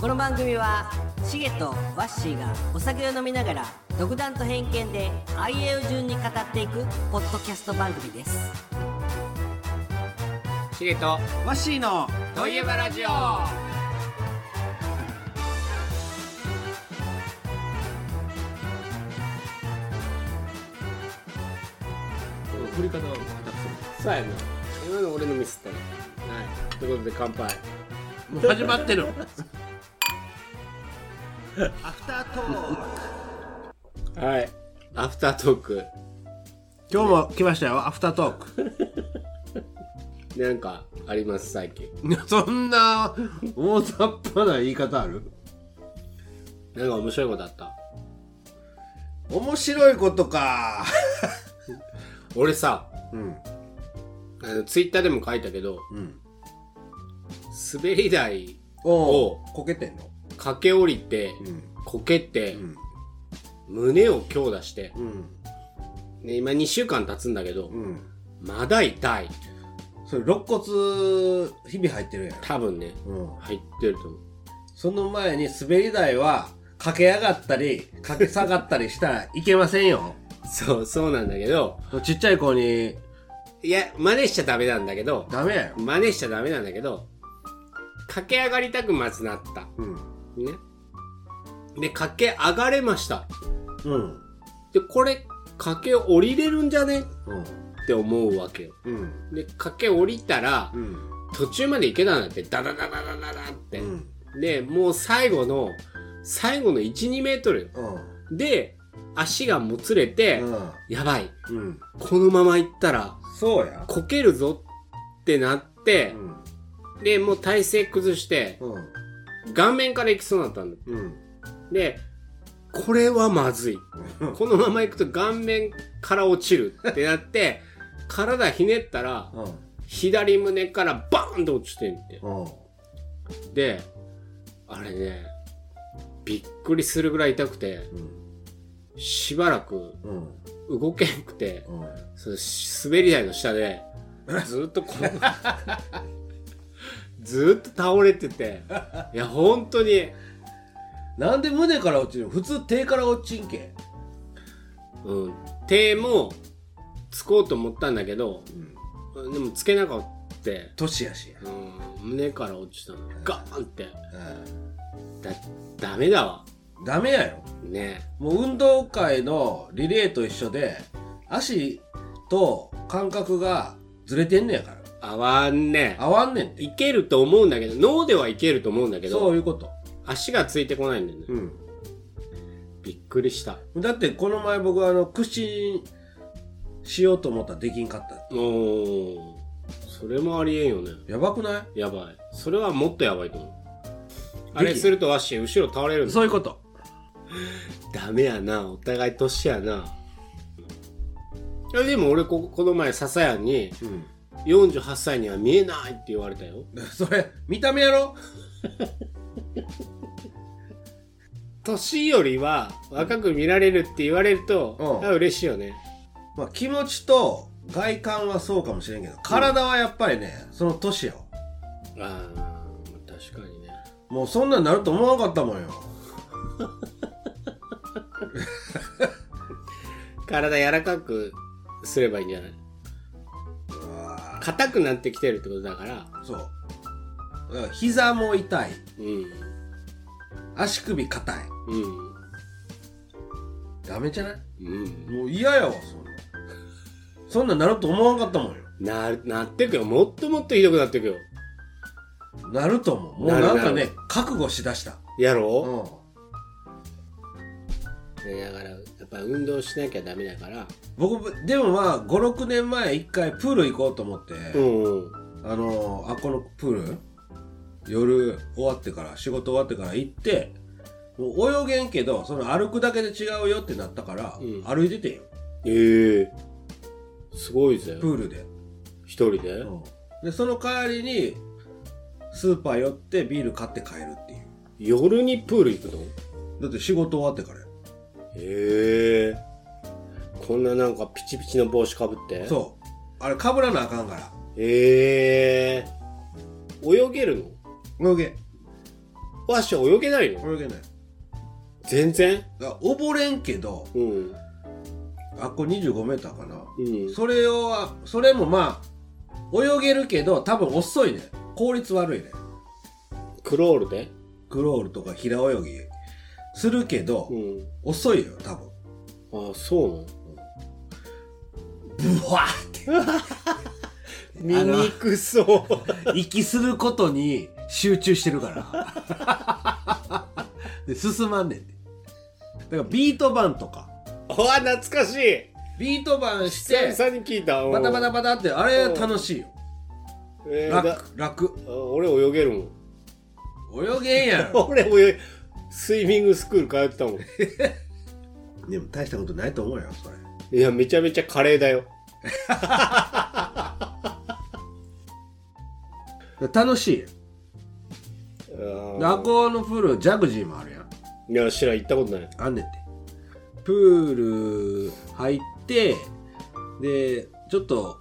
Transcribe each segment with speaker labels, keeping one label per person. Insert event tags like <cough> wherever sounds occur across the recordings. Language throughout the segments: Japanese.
Speaker 1: この番組はシゲとワッシーがお酒を飲みながら独断と偏見で IA を順に語っていくポッドキャスト番組です
Speaker 2: シゲと
Speaker 3: ワッシーの
Speaker 2: といえばラジオ
Speaker 3: 振り方を固くす
Speaker 2: そうやな今の俺のミスったなはいということで乾杯
Speaker 3: るもう始まってるアフタートーク
Speaker 2: はいアフタートーク
Speaker 3: 今日も来ましたよアフタートー
Speaker 2: なんかあります最近
Speaker 3: ク <laughs> そんな大雑把な言い方ある
Speaker 2: なんか面白いことあった
Speaker 3: 面白いことか
Speaker 2: 俺さ
Speaker 3: うん
Speaker 2: あのツイッターでも書いたけど
Speaker 3: うん
Speaker 2: 滑り台
Speaker 3: お
Speaker 2: お
Speaker 3: おこけてんの
Speaker 2: 駆け下りて、
Speaker 3: ん
Speaker 2: こけて、
Speaker 3: ん
Speaker 2: 胸を強打して、
Speaker 3: うん
Speaker 2: ね、今2週間経つんだけど、
Speaker 3: うん
Speaker 2: まだ痛い
Speaker 3: それ肋骨日々入ってるやん、
Speaker 2: 多分ね
Speaker 3: うん、
Speaker 2: 入ってると思う
Speaker 3: その前に滑り台は駆け上がったり駆け下がったりしたらいけませんよ
Speaker 2: そうそうなんだけど
Speaker 3: ちっちゃい子に
Speaker 2: いや真似しちゃダメなんだけど
Speaker 3: ダメやよ、
Speaker 2: 真似しちゃダメなんだけど駆け上がりたくまずなった
Speaker 3: うん
Speaker 2: ねで駆け上がれました
Speaker 3: うん
Speaker 2: でこれ駆け降りれるんじゃね
Speaker 3: うん
Speaker 2: って思うわけよ
Speaker 3: うん
Speaker 2: で駆け降りたら
Speaker 3: うん
Speaker 2: 途中まで行けたんだってダダダダダダダって、
Speaker 3: うん
Speaker 2: でもう最後の最後の12メートル
Speaker 3: う
Speaker 2: で足がもつれて、
Speaker 3: ん
Speaker 2: やばい
Speaker 3: うん
Speaker 2: このまま行ったら
Speaker 3: そうや
Speaker 2: こけるぞってなって
Speaker 3: う、ん
Speaker 2: でもう体勢崩して
Speaker 3: うん
Speaker 2: 顔面から行きそうになったんだ
Speaker 3: うん
Speaker 2: でこれはまずいこのまま行くと顔面から落ちるってなって
Speaker 3: <laughs>
Speaker 2: 体ひねったら
Speaker 3: うん
Speaker 2: 左胸からバーンと落ちてるって
Speaker 3: うん
Speaker 2: であれねびっくりするぐらい痛くてしばらく
Speaker 3: うん
Speaker 2: 動けんくて
Speaker 3: うん
Speaker 2: その滑り台の下でずっと
Speaker 3: <laughs>
Speaker 2: こうずっと倒れてていや本当に
Speaker 3: なんで胸から落ちるの普通手から落ちんけ
Speaker 2: うん、手もつこうと思ったんだけど、でもつけなかった、
Speaker 3: 年やしや
Speaker 2: うん、胸から落ちたのガーンって
Speaker 3: う
Speaker 2: だダメだわ
Speaker 3: んダメやよ
Speaker 2: ね
Speaker 3: もう運動会のリレーと一緒で足と感覚がずれてんねやから
Speaker 2: 合わんね
Speaker 3: 合わんねんて
Speaker 2: いけると思うんだけど脳ではいけると思うんだけ
Speaker 3: そう
Speaker 2: ど
Speaker 3: いうこと
Speaker 2: 足がついてこないんだよね
Speaker 3: うん
Speaker 2: びっくりした
Speaker 3: だってこの前僕はあの屈伸しようと思ったらできんかった
Speaker 2: おーそれもありえんよね
Speaker 3: やばくな
Speaker 2: やばいそれはもっとやばいと思うあ
Speaker 3: でき
Speaker 2: れするとワッシー後ろ倒れる
Speaker 3: い
Speaker 2: の
Speaker 3: そういうこと
Speaker 2: ダメやなお互い年やないやでも俺ここの前笹谷に
Speaker 3: うん
Speaker 2: 48歳には見えないって言われたよ
Speaker 3: <laughs> それ見た目やろ
Speaker 2: 年よりは若く見られるって言われると、
Speaker 3: うん
Speaker 2: あ嬉しいよね
Speaker 3: まあ気持ちと外観はそうかもしれんけど体はやっぱりねその年よ
Speaker 2: あー確かにね
Speaker 3: もうそんなんなると思わなかったもんよ
Speaker 2: 体柔らかくすればいいんじゃないう
Speaker 3: わ
Speaker 2: 硬くなってきてるってことだから
Speaker 3: ーそうだから膝も痛い
Speaker 2: うん
Speaker 3: 足首硬い
Speaker 2: うん
Speaker 3: ダメじゃない
Speaker 2: うん
Speaker 3: もう嫌やわそんなそんなんなると思わなかったもんよ
Speaker 2: ななってくよもっともっとひどくなってくよ
Speaker 3: なると思うもう
Speaker 2: なる
Speaker 3: なんか
Speaker 2: な
Speaker 3: ね
Speaker 2: る
Speaker 3: 覚悟しだした
Speaker 2: や
Speaker 3: う
Speaker 2: ろう、
Speaker 3: ん
Speaker 2: ねだからやっぱ運動しなきゃダメだから
Speaker 3: 僕でもまあ56年前一回プール行こうと思って、
Speaker 2: うんうん
Speaker 3: あのーあこのプール夜終わってから仕事終わってから行ってもう泳げんけどその歩くだけで違うよってなったから、
Speaker 2: うん
Speaker 3: 歩いててんよ
Speaker 2: ええすごいぜ
Speaker 3: プールで、
Speaker 2: 一人で、
Speaker 3: うんでその代わりにスーパー寄ってビール買って帰るっていう
Speaker 2: 夜にプール行くの
Speaker 3: だって仕事終わってからや
Speaker 2: ええこんななんかピチピチの帽子かぶってう
Speaker 3: そうあれかぶらなあかんから
Speaker 2: ええ泳げるの
Speaker 3: 泳げ
Speaker 2: ワッシー泳げないの
Speaker 3: 泳げない。
Speaker 2: 全然
Speaker 3: だから溺れんけど、
Speaker 2: うん。
Speaker 3: あっこ25メーターかな。
Speaker 2: うん。
Speaker 3: それを、あそれもまあ、泳げるけど、多分遅いね。効率悪いね。
Speaker 2: クロールで
Speaker 3: クロールとか平泳ぎするけど、
Speaker 2: うん。
Speaker 3: 遅いよ、多分。
Speaker 2: ああ、そうなの
Speaker 3: ブワーあの
Speaker 2: 醜そう。
Speaker 3: って。息することに集中してるから。 <laughs> で進まんねんてだからビート板とか。
Speaker 2: <laughs> ああ、懐かしい。
Speaker 3: ビート板し
Speaker 2: 久
Speaker 3: て、
Speaker 2: 々に聞いた。うん
Speaker 3: バタバタ。バタって、あれ楽しいよ。
Speaker 2: えーだ
Speaker 3: 楽、楽。
Speaker 2: あ俺泳げるもん。 <laughs>
Speaker 3: 泳げんやろ。
Speaker 2: 俺泳い、スイミングスクール通ってたもん。
Speaker 3: <laughs>
Speaker 2: <laughs>
Speaker 3: でも大したことないと思うよ、それ。
Speaker 2: いや、めちゃめちゃカレーだよ。
Speaker 3: 楽しいよ。
Speaker 2: あ
Speaker 3: であ
Speaker 2: ー
Speaker 3: このプール、ジャグジーもあるやん。
Speaker 2: いや、知らん、行ったことない。
Speaker 3: あんねんて。プール入って、で、ちょっと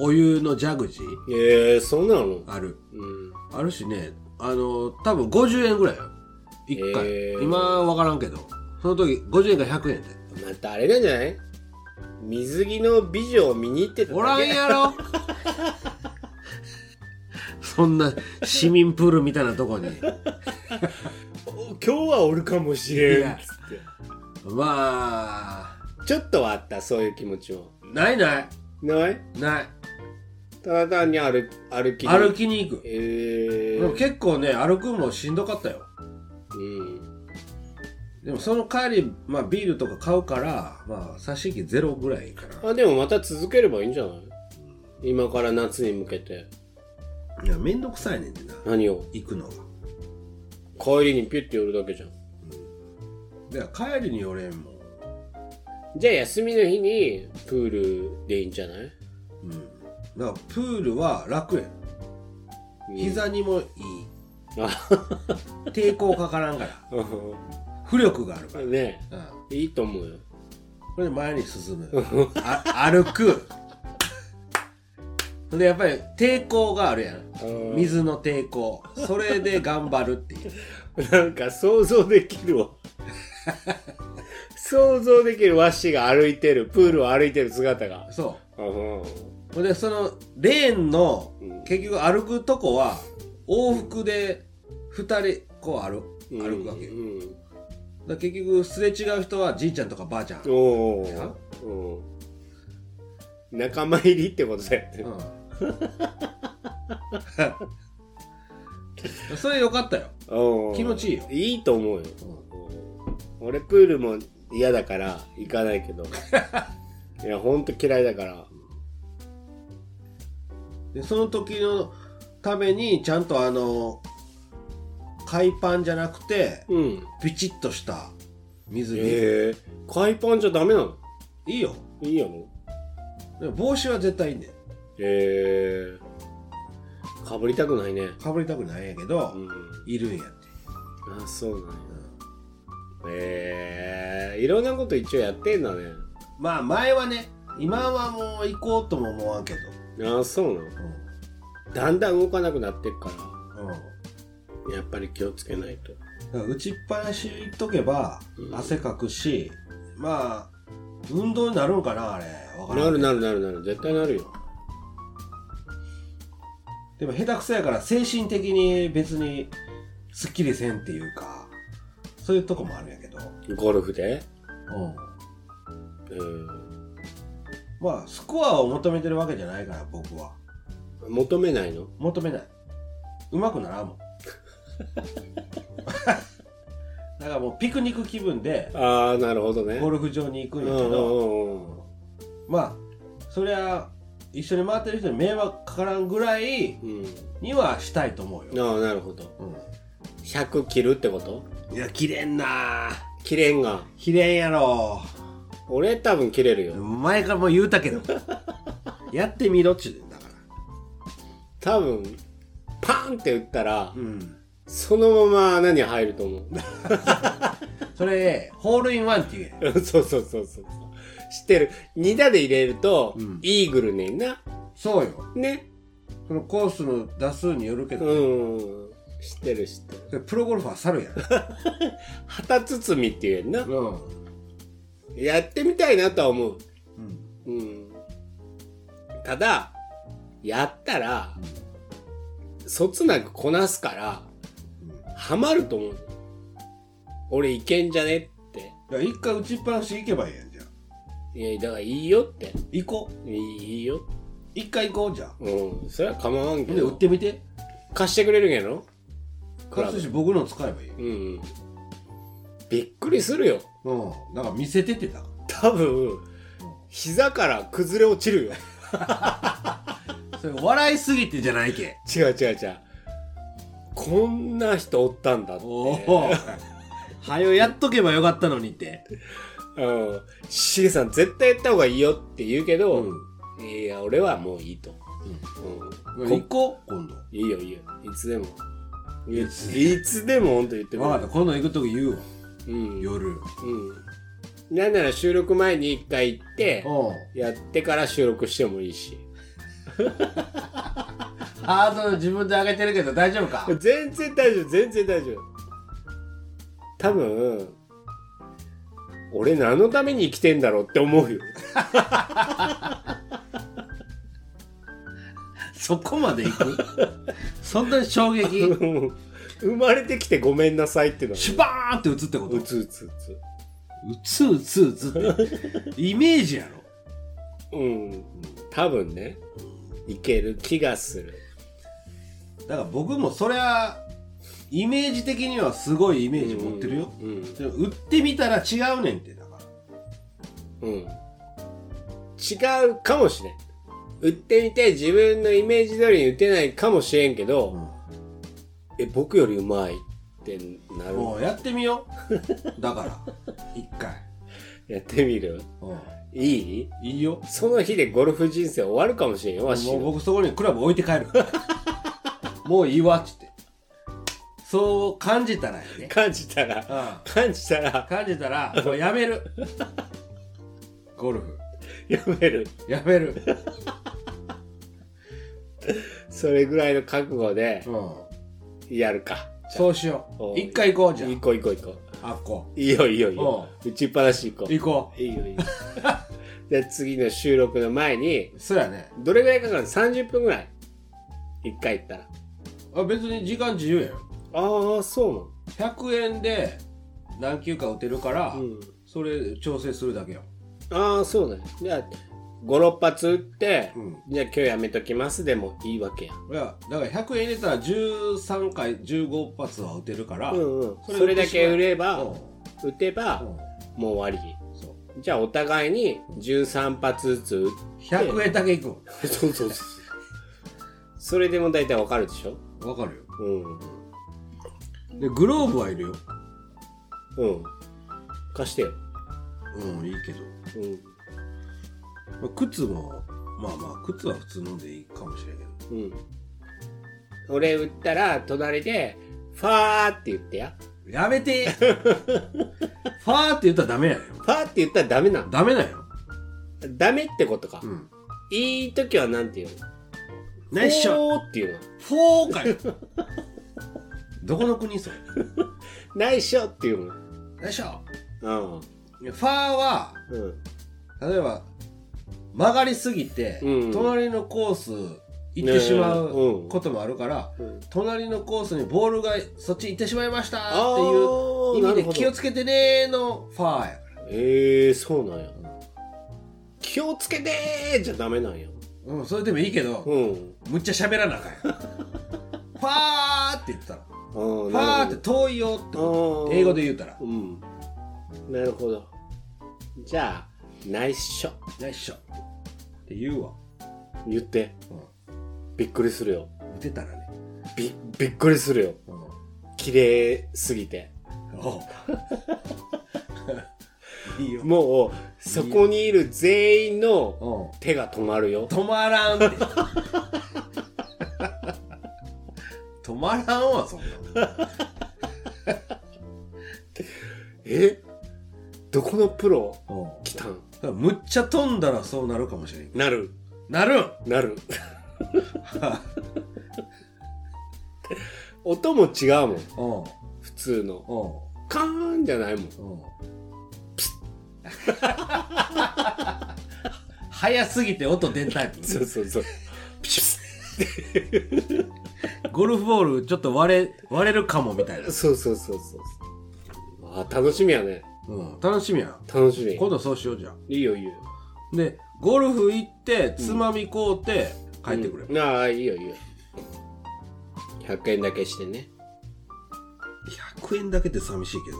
Speaker 3: お湯のジャグジー
Speaker 2: ええー、そんなの
Speaker 3: ある。
Speaker 2: うん。
Speaker 3: あるしね、あの、多分50円ぐらいよ。1回。
Speaker 2: へー
Speaker 3: 今わからんけど。その時50円か100円で。
Speaker 2: またあれなんじゃない水着の美女を見に行ってただけ
Speaker 3: おらんやろ <laughs> そんな市民プールみたいなとこに。
Speaker 2: 今日はおるかもしれんっつって
Speaker 3: まあ、
Speaker 2: ちょっとはあったそういう気持ちも
Speaker 3: ないない。
Speaker 2: ない
Speaker 3: ない。
Speaker 2: ただ単に歩歩きに
Speaker 3: 歩きに行く。
Speaker 2: ええ
Speaker 3: でも結構ね、歩くのもしんどかったよ。
Speaker 2: うん
Speaker 3: でもその帰り、まあビールとか買うから、まあ差し引きゼロぐらいかな。
Speaker 2: あでもまた続ければいいんじゃない今から夏に向けて
Speaker 3: いや、めんどくさいねんてな。
Speaker 2: 何を
Speaker 3: 行くのが。
Speaker 2: 帰りにピュッて寄るだけじゃん
Speaker 3: だから帰りに寄れんもん。
Speaker 2: じゃあ休みの日にプールでいいんじゃない
Speaker 3: うん。だからプールは楽やん。膝にもいい。
Speaker 2: あ
Speaker 3: 抵抗かからんから。 <laughs> 浮力があるから。
Speaker 2: ね
Speaker 3: うん。
Speaker 2: えいいと思うよ
Speaker 3: これで前に進む。あ歩く。で、やっぱり抵抗があるやん。水の抵抗。それで頑張るっていう。
Speaker 2: なんか想像できるわ想像できるワシが歩いてるプールを歩いてる姿が
Speaker 3: そう。
Speaker 2: うん
Speaker 3: ほんでそのレーンの
Speaker 2: うん
Speaker 3: 結局歩くとこは往復で2人こう歩歩くわけよ、だか
Speaker 2: うん
Speaker 3: ら結局すれ違う人はじいちゃんとかばあちゃん、うん、
Speaker 2: おお
Speaker 3: や
Speaker 2: うん仲間入りってことだよね
Speaker 3: <laughs> それよかったよ、
Speaker 2: うん
Speaker 3: 気持ちいいよ
Speaker 2: いいと思うよ
Speaker 3: うん
Speaker 2: うん俺プールも嫌だから行かないけ
Speaker 3: <laughs>
Speaker 2: どいやほんと嫌いだから
Speaker 3: でその時のためにちゃんとあの海パンじゃなくて
Speaker 2: うん
Speaker 3: ピチッとした水着、
Speaker 2: ええ海パンじゃダメなの
Speaker 3: いいよ
Speaker 2: いいやろ
Speaker 3: でも帽子は絶対いいね
Speaker 2: ええかぶりたくないね
Speaker 3: かぶりたくないんやけど、
Speaker 2: うん
Speaker 3: いるんやって
Speaker 2: あそうなんやええいろんなこと一応やってんだね
Speaker 3: まあ前はね今はもう行こうとも思わんけど、
Speaker 2: あそうなの
Speaker 3: う
Speaker 2: だんだん動かなくなってっか
Speaker 3: んうん、だ
Speaker 2: らやっぱり気をつけないと
Speaker 3: から打ちっぱなし行っとけば
Speaker 2: うん
Speaker 3: 汗かくし、まあ運動になるんかなあれわからん
Speaker 2: なるなるなるなる絶対なるよ
Speaker 3: でも下手くそやから精神的に別にすっきりせんっていうかそういうとこもあるんやけど、うん、
Speaker 2: ゴルフでえ
Speaker 3: まあスコアを求めてるわけじゃないから僕は
Speaker 2: え求めないの
Speaker 3: 求めないうまくな
Speaker 2: <laughs>
Speaker 3: らんもんだからもうピクニック気分で
Speaker 2: ああなるほどね
Speaker 3: ゴルフ場に行くん
Speaker 2: う
Speaker 3: や
Speaker 2: ん
Speaker 3: け
Speaker 2: う
Speaker 3: ど、
Speaker 2: んうん
Speaker 3: まあそりゃ一緒に回ってる人に迷惑かからんぐらい
Speaker 2: うん
Speaker 3: にはしたいと思うよ、
Speaker 2: ああなるほど
Speaker 3: う
Speaker 2: 100切るってこと
Speaker 3: ん、いや切れんな
Speaker 2: 切れんが
Speaker 3: 切れんやろ
Speaker 2: 俺多分切れるよ
Speaker 3: 前からもう言う
Speaker 2: <laughs>
Speaker 3: たけどやってみろっちゅうねんだか
Speaker 2: 多分パンって打ったら、
Speaker 3: らうん
Speaker 2: そのまま穴に入ると思う <laughs>
Speaker 3: それホールインワンって言うやん
Speaker 2: うんそうそうそうそう。知ってる。2打で入れると、
Speaker 3: うん
Speaker 2: イーグルねんな。
Speaker 3: そうよ
Speaker 2: ね。
Speaker 3: そのコースの打数によるけ
Speaker 2: う
Speaker 3: ど、
Speaker 2: ん。知ってる知ってる
Speaker 3: それプロゴルファー猿やん。
Speaker 2: 旗包み <laughs> っていうやんな
Speaker 3: うん。
Speaker 2: やってみたいなとは思う
Speaker 3: うん。
Speaker 2: うんただやったらそつなくこなすからハマると思う俺いけんじゃねって
Speaker 3: だから一回打ちっぱなし行けばいいやんじゃん。
Speaker 2: いやだからいいよって
Speaker 3: 行こう。
Speaker 2: いいいいよ
Speaker 3: 一回行こうじゃん。
Speaker 2: うんそれは構わん
Speaker 3: ほ
Speaker 2: け
Speaker 3: んで、
Speaker 2: ど
Speaker 3: 売ってみて。
Speaker 2: 貸してくれるんやろクラ
Speaker 3: か
Speaker 2: ブ
Speaker 3: つし僕の使えばいいよ。
Speaker 2: うんうんびっくりするよ
Speaker 3: うん。だから見せててた。
Speaker 2: 多分膝から崩れ落ちるよ
Speaker 3: それ笑いすぎてじゃないけ。
Speaker 2: 違う違う違うこんな人おったんだって
Speaker 3: おお。はよやっとけばよかったのにって。
Speaker 2: うんしげさん絶対やった方がいいよって言うけど、
Speaker 3: う
Speaker 2: いや俺はもういいと、うん
Speaker 3: ん。
Speaker 2: こ
Speaker 3: 行こう今度。
Speaker 2: いいよいいよいつでもい
Speaker 3: い
Speaker 2: つ
Speaker 3: つ
Speaker 2: いつでもほんと言って
Speaker 3: 分かった。今度行くとき言うわ。
Speaker 2: うんう
Speaker 3: 夜。うん。
Speaker 2: んなんなら収録前に一回行ってやってから収録してもいいし
Speaker 3: ハードル自分で上げてるけど大丈夫か
Speaker 2: 全然大丈夫全然大丈夫多分俺何のために生きてんだろうって思うよ
Speaker 3: <laughs>
Speaker 2: <laughs>
Speaker 3: そこまで行くそんなに衝撃
Speaker 2: 生まれてきてごめんなさいってのは
Speaker 3: シュバーンって打つってこと
Speaker 2: う
Speaker 3: う
Speaker 2: つうつうつ
Speaker 3: つうつうつ <laughs> ってイメージやろ
Speaker 2: うん多分ねいける気がする
Speaker 3: だから僕もそりゃイメージ的にはすごいイメージ持ってるよ、
Speaker 2: うん
Speaker 3: でも打ってみたら違うねんってだから
Speaker 2: うん、違うかもしれん売ってみて自分のイメージ通りに打てないかもしれんけど、え僕よりうまいってなる
Speaker 3: もうやってみようだから一回
Speaker 2: やってみる
Speaker 3: う
Speaker 2: いい
Speaker 3: んいいよ
Speaker 2: その日でゴルフ人生終わるかもしれんよ、わし
Speaker 3: もう
Speaker 2: の。
Speaker 3: 僕そこにクラブ置いて帰るからもういいわっつってそう感じたらやね
Speaker 2: 感じたら、
Speaker 3: うん
Speaker 2: 感じたら、
Speaker 3: 感じたらもうやめるゴルフ
Speaker 2: やめる。
Speaker 3: やめる、
Speaker 2: それぐらいの覚悟で
Speaker 3: う、ん、
Speaker 2: やるか。
Speaker 3: そうしよ
Speaker 2: おう
Speaker 3: う一回行こうじゃ
Speaker 2: 行
Speaker 3: ん
Speaker 2: こう行こう行こ
Speaker 3: あっこ
Speaker 2: う。いいよいいよいいよ。打ちっぱなし行こう。い
Speaker 3: 行こ
Speaker 2: いよいいよ。 <laughs> じゃあ次の収録の前に、
Speaker 3: うそうやね
Speaker 2: どれぐらいかかるの ?30 分ぐらい。一回行ったら。
Speaker 3: あ別に時間自由やよ
Speaker 2: ああ、そ
Speaker 3: 100円で何球か打てるから、
Speaker 2: うなの。うん。
Speaker 3: それ調整するだけよ
Speaker 2: ああ、そうなの。じゃあ、5、6発打って、
Speaker 3: うん
Speaker 2: じゃあ今日やめときますでもいいわけや。
Speaker 3: いやだから100円入れたら13回15発は打てるから、
Speaker 2: うんうん。
Speaker 3: それ
Speaker 2: それだけ売れ
Speaker 3: うん
Speaker 2: ば、打てば、
Speaker 3: うん
Speaker 2: もう終わ
Speaker 3: そう
Speaker 2: り。じゃあお互いに13発ずつ打
Speaker 3: 100円だけいく
Speaker 2: って。そうそうそう。 <laughs> それでも大体わかるでしょ
Speaker 3: わかる
Speaker 2: うん。
Speaker 3: よでグローブはいるよ
Speaker 2: うん。貸してよ。
Speaker 3: うんいいけど
Speaker 2: うん。
Speaker 3: まあ靴もまあまあ靴は普通のでいいかもしれんけ
Speaker 2: う
Speaker 3: ど
Speaker 2: ん。俺打ったら隣で、ファーって言ってや。
Speaker 3: やめて <laughs> ファーって言ったらダメやよ
Speaker 2: ファーって言ったらダメなの。
Speaker 3: ダメだよ
Speaker 2: ダメってことか。
Speaker 3: うん
Speaker 2: いい時はなんて言うの
Speaker 3: ナイスショット
Speaker 2: フォーっていうの。
Speaker 3: フォーかよどこの国それ
Speaker 2: ナイスショっていうの。
Speaker 3: ナイスショッ
Speaker 2: うん。
Speaker 3: トいやファーは
Speaker 2: うん。
Speaker 3: 例えば曲がりすぎて、
Speaker 2: うん
Speaker 3: 隣のコース行ってしまうこともあるから、
Speaker 2: うん
Speaker 3: 隣のコースにボールがそっち行ってしまいましたっていう
Speaker 2: あ
Speaker 3: 意
Speaker 2: なる
Speaker 3: 味で
Speaker 2: ほど
Speaker 3: 気をつけてねーのファーやから、
Speaker 2: ええー、そうなんや。気をつけてーじゃダメなんや。
Speaker 3: うん、それでもいいけど、
Speaker 2: うん。
Speaker 3: むっちゃ喋らなあ
Speaker 2: <laughs>
Speaker 3: かんやんファーって言ったら
Speaker 2: あー
Speaker 3: ファー
Speaker 2: な
Speaker 3: って
Speaker 2: る
Speaker 3: 遠いよって
Speaker 2: ほど。
Speaker 3: 英語で言うたら
Speaker 2: う。うん。なるほど。じゃあ、ナイスショ。
Speaker 3: ナイスショットって言うわ、
Speaker 2: 言って。
Speaker 3: う
Speaker 2: びっくりするよ。
Speaker 3: ん、打てたらね、
Speaker 2: び、びっくりするよ。 <laughs>
Speaker 3: うん、 <laughs>
Speaker 2: 綺麗すぎて。
Speaker 3: おういいよ、
Speaker 2: もう、そこにいる全員の
Speaker 3: うん、
Speaker 2: 手が止まるよ。
Speaker 3: 止まらんって止まらんわそんな
Speaker 2: えどこのプロ
Speaker 3: の、
Speaker 2: 来たん
Speaker 3: うん、むっちゃ飛んだらそうなるかもしれん
Speaker 2: なる。 <laughs>
Speaker 3: なるん
Speaker 2: なる。音も違うもん。
Speaker 3: うん。
Speaker 2: 普通の。
Speaker 3: う
Speaker 2: カーンじゃないもん。
Speaker 3: ん。うん。早すぎて音出んタイプ。
Speaker 2: そうそうそう。ピシ
Speaker 3: ゴルフボールちょっと割れ、割れるかもみたいな
Speaker 2: ュッ。そうそうそうそう。あー楽しみやね。
Speaker 3: うん。楽しみやん。
Speaker 2: 楽しみ。
Speaker 3: 今度そうしようじゃん。
Speaker 2: いいよいいよ。
Speaker 3: で、ゴルフ行って、つまみ買うて、帰ってくれ。
Speaker 2: うんああ、いいよいいよ。100円だけしてね。
Speaker 3: 100円だけで寂しいけ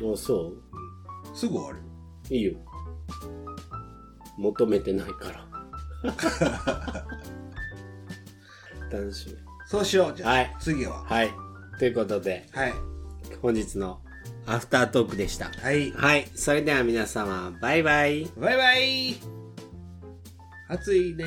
Speaker 3: どね。
Speaker 2: あそ
Speaker 3: すぐ終わる。
Speaker 2: ういいよ。求めてないから。楽しみ。
Speaker 3: そうしよう。じゃあ、
Speaker 2: はい
Speaker 3: 次は。
Speaker 2: はい。ということで、
Speaker 3: はい。
Speaker 2: 本日のアフタートークでした。
Speaker 3: はい。
Speaker 2: はい。それでは皆様、バイバイ。
Speaker 3: バイバイ暑いね。